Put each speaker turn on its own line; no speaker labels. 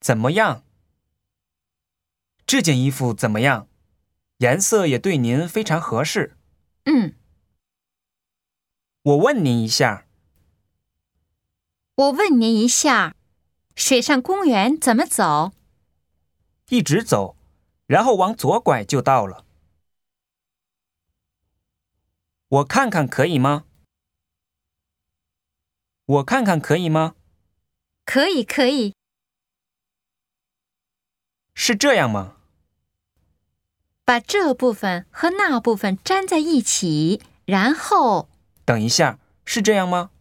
怎么样？这件衣服怎么样？颜色也对您非常合适。
嗯，
我问您一下，
我问您一下，水上公园怎么走？
一直走，然后往左拐就到了。我看看可以吗？我看看可以吗？
可以，可以。
是这样吗？
把这部分和那部分粘在一起，然后
等一下，是这样吗？